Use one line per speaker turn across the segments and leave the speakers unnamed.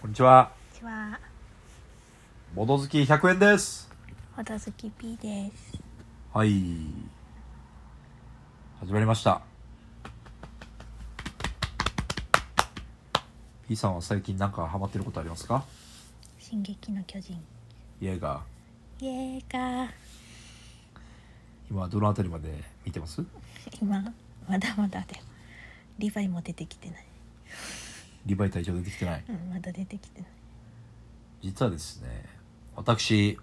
こんにちは。
こんにちは、
もの好き100円です。
ほどずき P です。
はい。始まりました。P さんは最近なんかハマってることありますか
進撃の巨人。
家が
イエーか。
今どのあたりまで見てます
今、まだまだでも。リヴァイも出てきてない。
リヴァイ隊長出てきてない。
うん、まだ出てきてない。
実はですね、私、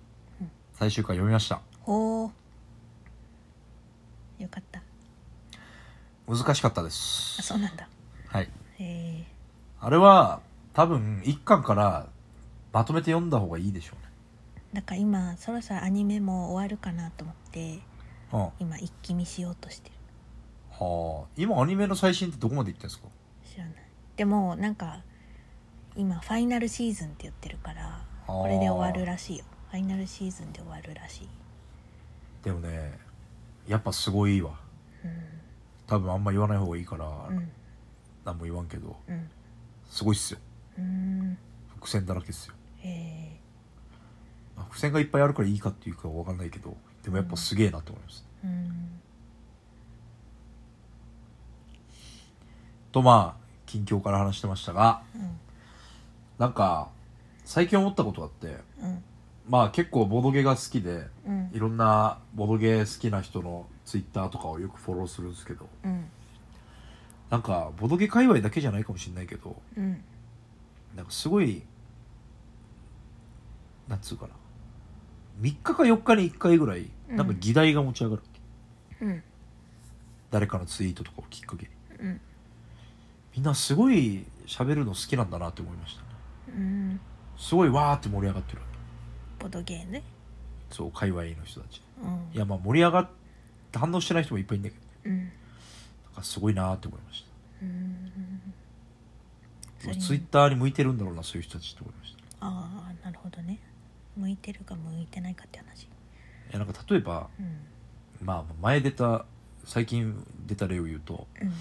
最終回読みました。
おお。よかった。
難しかったで
あ、
す。
そうなんだ。
はい。
ええ
あれは、多分、1巻からまとめて読んだ方がいいでしょ
なんか今、そろそろアニメも終わるかなと思って、
うね。うん。
今一気見しようとしてる。
はあ。今アニメの最新ってどこまで行ってんですか
知らない。でも、なんか。今ファイナルシーズンって言ってるから、これで終わるらしいよ。ファイナルシーズンで終わるらしい。
でもねやっぱすごいわ
うん。
多分あんま言わない方がいいから、
うん。
何も言わんけど
うん。
すごいっすよ
うーん
伏線だらけっすよ
え
まあ伏線がいっぱいあるからいいかっていうかわかんないけどでもやっぱすげえなって思います、
ー、うん
とまあ近況から話してましたが
うん
なんか最近思ったことがあって
うん
まあ結構ボドゲが好きで
うん
いろんなボドゲ好きな人のツイッターとかをよくフォローするんですけど
うん
なんかボドゲ界隈だけじゃないかもしれないけど
うん
なんかすごい、なんつうかな。3日か4日に1回ぐらい、
うん
なんか議題が持ち上がるわけ、
うん
誰かのツイートとかをきっかけに。
うん
みんなすごい喋るの好きなんだなって思いましたね。
うん
すごいわーって盛り上がってるわ
ボドゲーね
け。そう、界隈の人たち。
うん
いや、まあ盛り上がって反応してない人もいっぱいいるんだけど、
うん
なんかすごいなーって思いました。
うんそれに
ツイッターに向いてるんだろうな、そういう人たちって思いました。
ああなるほどね向いてるか向いてないかって話
いや、なんか例えば、
うん
まあ前出た、最近出た例を言うと、
うん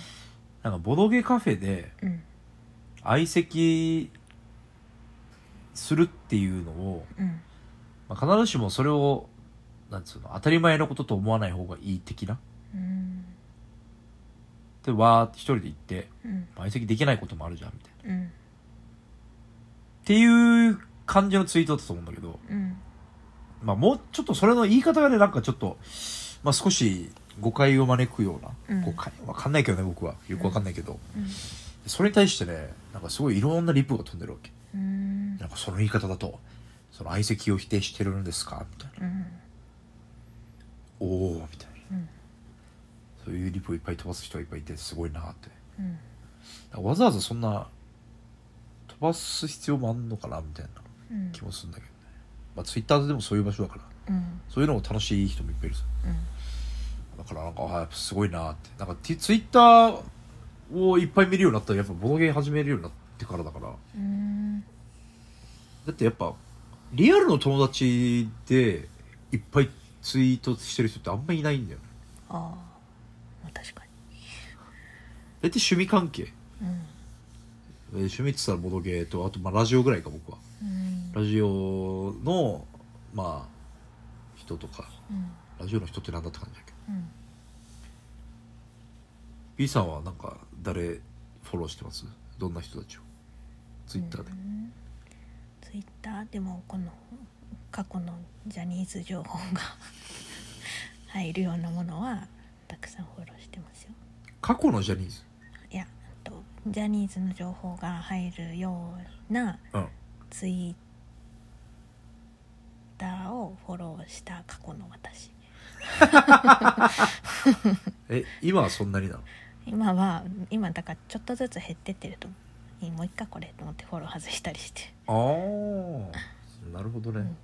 なんかボドゲカフェで、
うん
相席するっていうのを、
うん
まあ、必ずしもそれをなんつうの当たり前のことと思わない方がいい的な
うん
でわーって一人で行って
うん
まあ相席できないこともあるじゃんみたいなっ
うん
ていう感じのツイートだったと思うんだけど、
うん
まあ、もうちょっとそれの言い方がねなんかちょっと、まあ、少し誤解を招くような、
うん
誤解わかんないけどね僕はよくわかんないけど、
うん
それに対してねなんかすごいいろんなリプが飛んでるわけ
うん
なんかその言い方だとその相席を否定してるんですかみたいな
うん
おおみたいな、
うん
そういうリプをいっぱい飛ばす人がいっぱいいてすごいなって
うん
わざわざそんな飛ばす必要もあんのかなみたいな
うん
気もするんだけどね、まあ、ツイッターでもそういう場所だから
うん
そういうのも楽しい人もいっぱいいるさ
うん
だからなんかあーやっぱすごいなってなんかティツイッターをいっぱい見るようになったらやっぱボドゲー始めるようになってからだからだ
うん
ってやっぱリアルの友達でいっぱいツイートしてる人ってあんまいないんだよね
ああまあ確かに
大体趣味関係えー
うん
趣味って言ったらボドゲーとあとまあラジオぐらいか僕は
うん
ラジオのまあ人とか
うん
ラジオの人ってなんだって感じだけど
うん
B さんはなんか誰フォローしてますどんな人たちをツイッターで、
ツイッターでもこの過去のジャニーズ情報が 入るようなものはたくさんフォローしてますよ
過去のジャニーズ
いやあとジャニーズの情報が入るような
うん
ツイッターをフォローした過去の私
え今はそんなになの
今は今だからちょっとずつ減ってってると思うもう一回これと思ってフォロー外したりして
ああなるほどね、
うん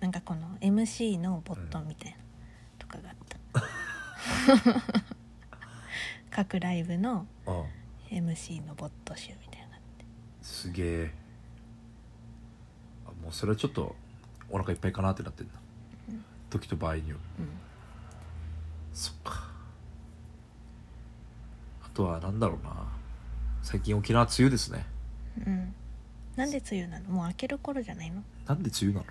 なんかこの MC のボットみたいなとかがあった、 各ライブの
あ
MC のボット集みたいなのがあって
すげえあもうそれはちょっとお腹いっぱいかなってなってんだ、
うん
時と場合による
うん
そっかあとはなんだろうな最近沖縄梅雨ですね
うんなんで梅雨なのもう明ける頃じゃないの
なんで梅雨なの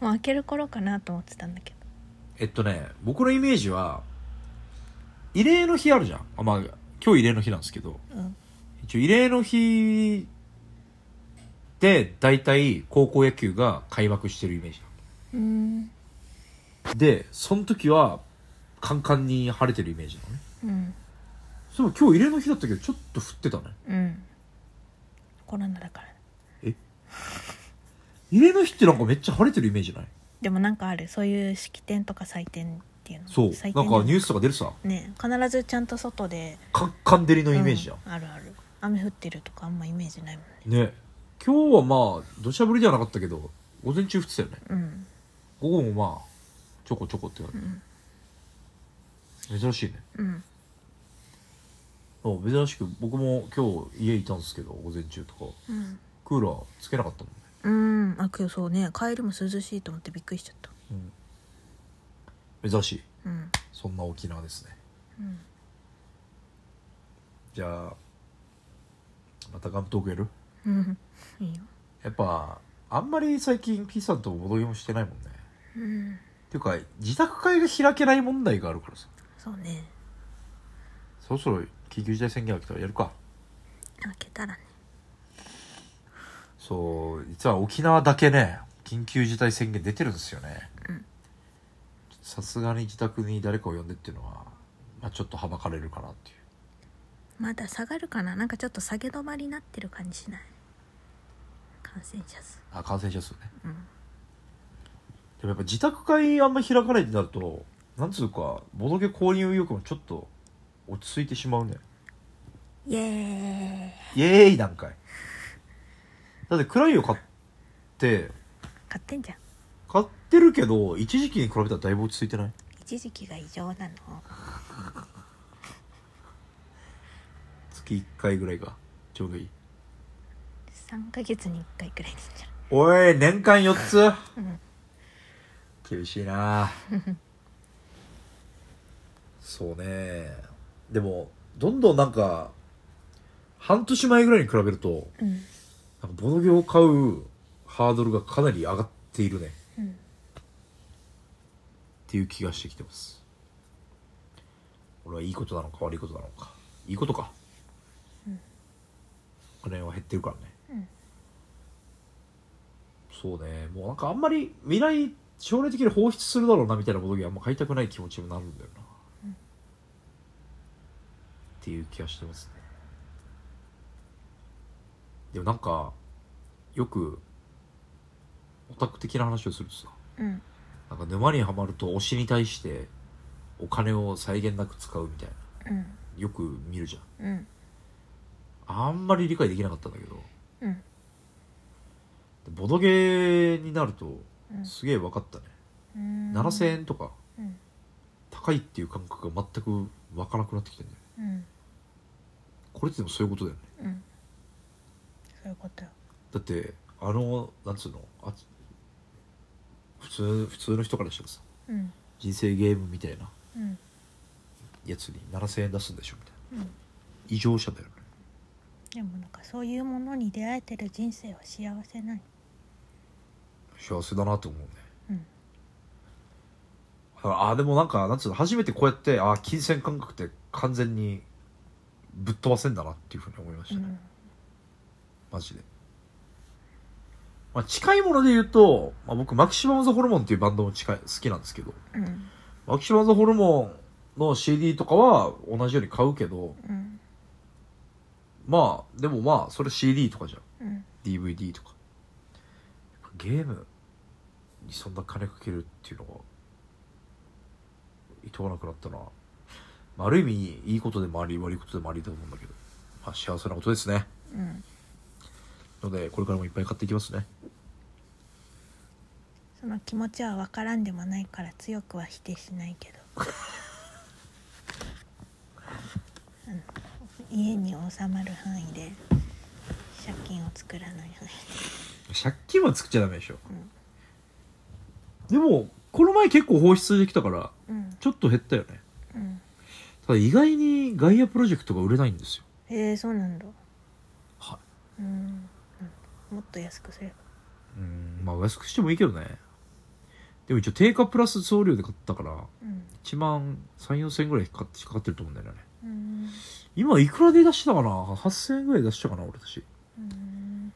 もう明ける頃かなと思ってたんだけど
えっとね僕のイメージは慰霊の日あるじゃんあまあ今日慰霊の日なんですけど
うん
一応慰霊の日で大体高校野球が開幕してるイメージ
うーん
なのでその時はカンカンに晴れてるイメージなのね
うん
そういえば今日慰霊の日だったけどちょっと降ってたね
うんコロナだから
慰霊の日ってなんかめっちゃ晴れてるイメージない
でもなんかあるそういう式典とか祭典っていうの
そう
祭
な
典
ん
じゃ
かニュースとか出るさ
ね必ずちゃんと外で
カンカン照りのイメージじゃん、
うんあるある雨降ってるとかあんまイメージないもんね
ね今日はまあ土砂降りではなかったけど午前中降ってたよね
うん
午後もまあちょこちょこって感じ、珍しいね
うん
あ珍しく僕も今日家いたんですけど午前中とか
うん
クーラーつけなかったもんね
うんあ今日そうね帰りも涼しいと思ってびっくりしちゃった
珍しい
うん
そんな沖縄ですね
うん
じゃあまたガムトークやる
うんいいよ
やっぱあんまり最近 P さんと戻りもしてないもんね
うん
っていうか自宅会が開けない問題があるからさ
そうね
そろそろ緊急事態宣言が来たらやるか
開けたらね
そう実は沖縄だけね緊急事態宣言出てるんですよね
うん
さすがに自宅に誰かを呼んでっていうのは、まあ、ちょっとはばかれるかなっていう
まだ下がるかななんかちょっと下げ止まりになってる感じしない感染者数
あ感染者数ね
うん
でもやっぱ自宅会あんまり開かないってなるとなんつうかボドゲ購入意欲もちょっと落ち着いてしまうね
イエーイ
イエーイなんかいだってクライを買って
買ってんじゃん
買ってるけど一時期に比べたらだいぶ落ち着いてない
一時期が異常なの
月1回ぐらいがちょうどいい
3ヶ月に1回くらいでいいんじゃん
おい年間4つ
うん
厳しいな あそうねでもどんどんなんか半年前ぐらいに比べると
うん
なんかボドゲを買うハードルがかなり上がっているねっ
うん
ていう気がしてきてますこれはいいことなのか悪いことなのかいいことか、お金は減ってるからね
うん
そうねもうなんかあんまり未来将来的に放出するだろうなみたいなボドゲあんま買いたくない気持ちにもなるんだよな、っていう気がしてますねでもなんかよくオタク的な話をするとさ
うん
なんか沼にはまると推しに対してお金を際限なく使うみたいな
うん
よく見るじゃん
うん
あんまり理解できなかったんだけど
うん
ボドゲーになると
うん
すげえ分かったね、
うん
7000円とか
うん
高いっていう感覚が全く分からなくなってきてるね
うん
これってでもそういうことだよね
うんそういうことよ
だってあのなんつうのあ普通普通の人からしたらさ
うん
人生ゲームみたいな
うん
やつに7000円出すんでしょみたいな
うん
異常者だよね
でもなんかそういうものに出会えてる人生は幸せない
幸せだなと思うね
うん
ああでもなんかなんつうの初めてこうやってああ金銭感覚って完全にぶっ飛ばせんだなっていうふうに思いまし
う
たね、
ん
マジで、まあ、近いもので言うと、まあ、僕マキシマム・ザ・ホルモンっていうバンドも近い好きなんですけど
うん
マキシマム・ザ・ホルモンの CD とかは同じように買うけど
うん
まあでもまあそれ CD とかじゃん
うん
DVD とかやっぱゲームにそんな金かけるっていうのがいとわなくなったな、まあ、ある意味いいことでもあり悪いことでもありだと思うんだけど、まあ、幸せなことですね
うん
のでこれからもいっぱい買っていきますね
その気持ちは分からんでもないから強くは否定しないけど、うん、家に収まる範囲で借金を作らない範
借金は作っちゃダメでしょ、
うん
でもこの前結構放出できたから
囲でうん
ちょっと減ったよね
うん
ただ意外にガイアプロジェクトが売れないんですよ
へえそうなんだ
は
うんもっと安くすれば
うんまあ安くしてもいいけどねでも一応定価プラス送料で買ったから
うん
1万34000円ぐらいかかってかかってると思うんだよね
うん
今いくらで出してたかな8000円ぐらい出してたかな俺たち
うん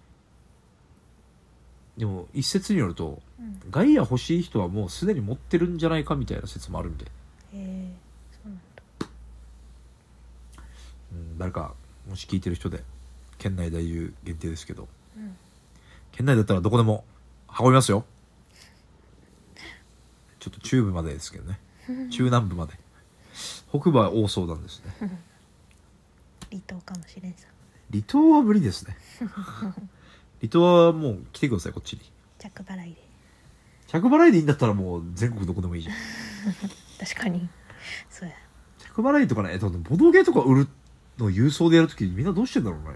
でも一説によると
うん
ガイア欲しい人はもうすでに持ってるんじゃないかみたいな説もあるんで、
へえそうなんだ
うん、誰かもし聞いてる人で県内大有限定ですけど
うん
県内だったらどこでも運びますよちょっと中部までですけどね中南部まで北部は多そうなんですね
離島かもしれんさ
離島は無理ですね離島はもう来てくださいこっちに
着払いで
着払いでいいんだったらもう全国どこでもいいじゃん
確かにそうや
着払いとかね多分ボドゲとか売るの郵送でやるときにみんなどうしてんだろうね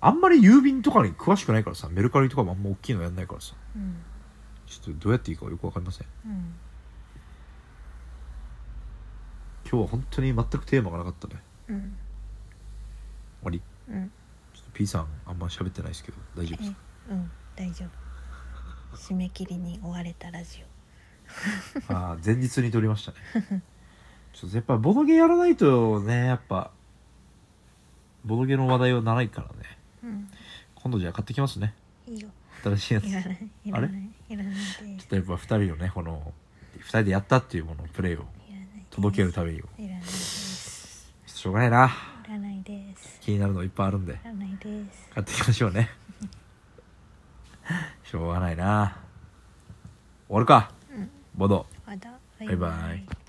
あんまり郵便とかに詳しくないからさメルカリとかもあんま大きいのやんないからさ
うん
ちょっとどうやっていいかよくわかりません
うん
今日は本当に全くテーマがなかったね
うん
終わり
うん
ちょっと P さんあんま喋ってないですけど大丈夫です
えうん大丈夫締め切りに追われたラジ
かああ前日に撮りましたねちょっとやっぱボドゲやらないとねやっぱボドゲの話題はないからね
オうん
今度じゃあ買ってきますね
いいよ
新しいやつ
いらないいらないいらない
ちょっとやっぱ2人のねこの2人でやったっていうもののプレーを
で
届けるためにも
いらないです
しょうがないない
らないです
気になるのいっぱいあるんで
いらないです
買っていきましょうね しょうがないな終わるか、ボド
まだバ
バイバイ